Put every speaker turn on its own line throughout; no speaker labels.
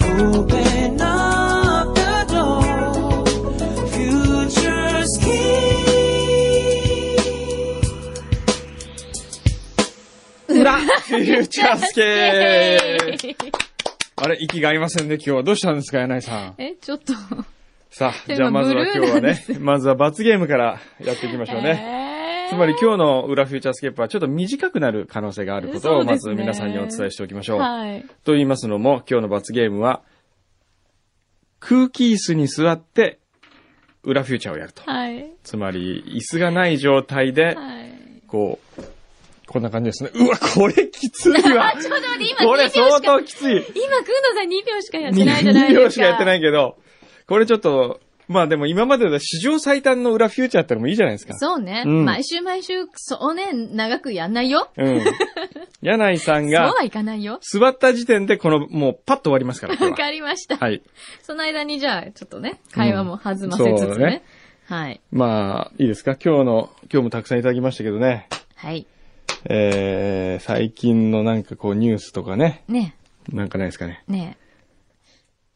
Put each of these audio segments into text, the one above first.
Open up the door. Future's key.
裏フューチャースケー
イエーイ
あれ、息が合いませんね、今日は。どうしたんですか、柳井さん。
え、ちょっと。
さあ、じゃあ
今
まずは
ブルー
今日は
なんで
ね、まずは罰ゲームからやっていきましょうね。
ね
つまり今日の裏フューチャースケープはちょっと短くなる可能性があること
そ
を
うで
ますず
ね
皆さんにお伝えしておきましょう。
はい。
と言いますのも今日の罰ゲームは空気椅子に座って裏フューチャーをやると。
はい。
つまり椅子がない状態で、
はい。
こう、こんな感じですね。うわ、これきついわ
ちょっと待って、今
これ相
2秒しか、
当きつい
今、くんどさん2秒しか やってないじゃない
2
ですか。。
秒しかやってないいけど、これちょっと、まあでも今までで史上最短の裏フューチャーってのもいいじゃない ですか。
そうね。
うん
毎週毎週、そうね、長くやんないよ。
うん。柳井さん
そう
が
はいかないよ。
座った時点でこの、もうパッと終わりますから。これ
わ
は
かりました。
はい。
その間に、じゃあ、ちょっとね、会話も弾ませ
うん
つ
そうだ
つ
ね
ね。はい。
まあ、いいですか今日の、今日もたくさんいただきましたけどね。
はい。
えー、最近のなんかこうニュースとかね。
ね
なんかないですかね。
え、ね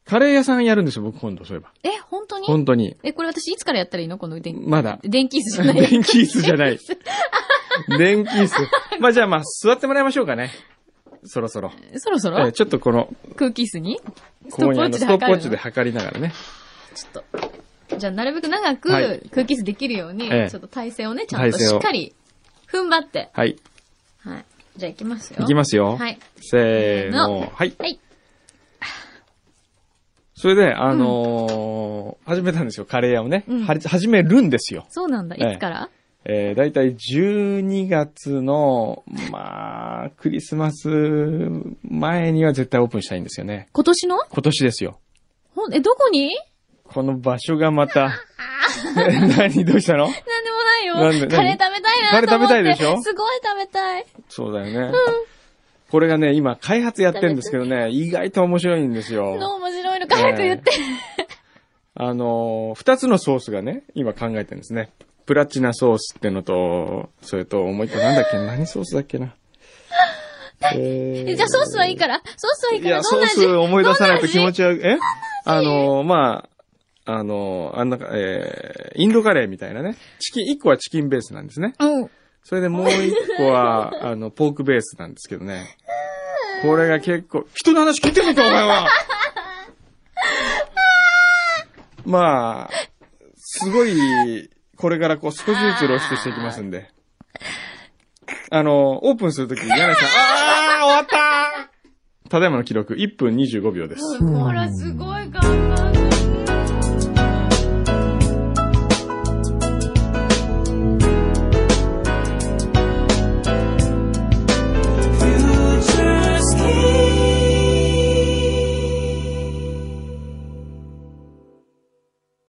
カレー屋さんやるんですよ、僕今度、そういえば。
え。え、本当に
本当に。
え、これ私いつからやったらいいのこの電
ま だ。
電気椅子じゃない。
電気椅子じゃない。電気椅子。まあじゃあまあ、座ってもらいましょうかね。そろそろ。
そろそ
え
ろ
ーちょっとこの、
空気椅子にス
ここにあの、ストップウォッチで
測
測りながらね。
るのちょっと。じゃあ、なるべく長く
はい
空気椅子できるように、
ええ
ちょっと体勢をね、ちゃん
体
と
勢
し
を
っかり踏ん張って。
はい。
はい。じゃあ、行きますよ。
いきますよ。
はい。
せーの。
の
はい。
はい。
それで、あのー始めたんですよ、カレー屋をね。
うん
はじ始めるんですよ。
そうなんだ。
ええ
いつから、
えー、だいたい12月の、まあ、クリスマス前には絶対オープンしたいんですよね。
今年の
今年ですよ。
ほん、え、どこに
この場所がまた、 何どうしたの
なんでもないよ。
なんで
カレー食べたいなと思って。
カレー食べたいでしょ
すごい食べたい。
そうだよね。これがね、今開発やってるんですけどね、意外と面白いんです
の
よ。
面白いの早く言って。
あのー、二つのソースがね、今考えてるんですね。プラチナソースってのと、それと、もう一個なんだっけ、何ソースだっけな。え
えじゃあ、ソースはいいから。ソースはいい
い
から。
や、
ど
ソ
ん
ー
な味
ス思い出さないと気持ちは、えあ
味
の、まあ、あの、あんなか、えーインドカレーみたいなね。チキン、一個はチキンベースなんですね。
どんな味うん。
それでもう一個は、 あの、ポークベースなんですけどね。これが結構、人の話聞いてんのか、お前 はまあ、すごい、これからこう少しずつ露出していきますんで。あの、オープンするとき、柳井さん、ああ終わったただいまの記録、1分25秒です。
ほら、すごい頑張った。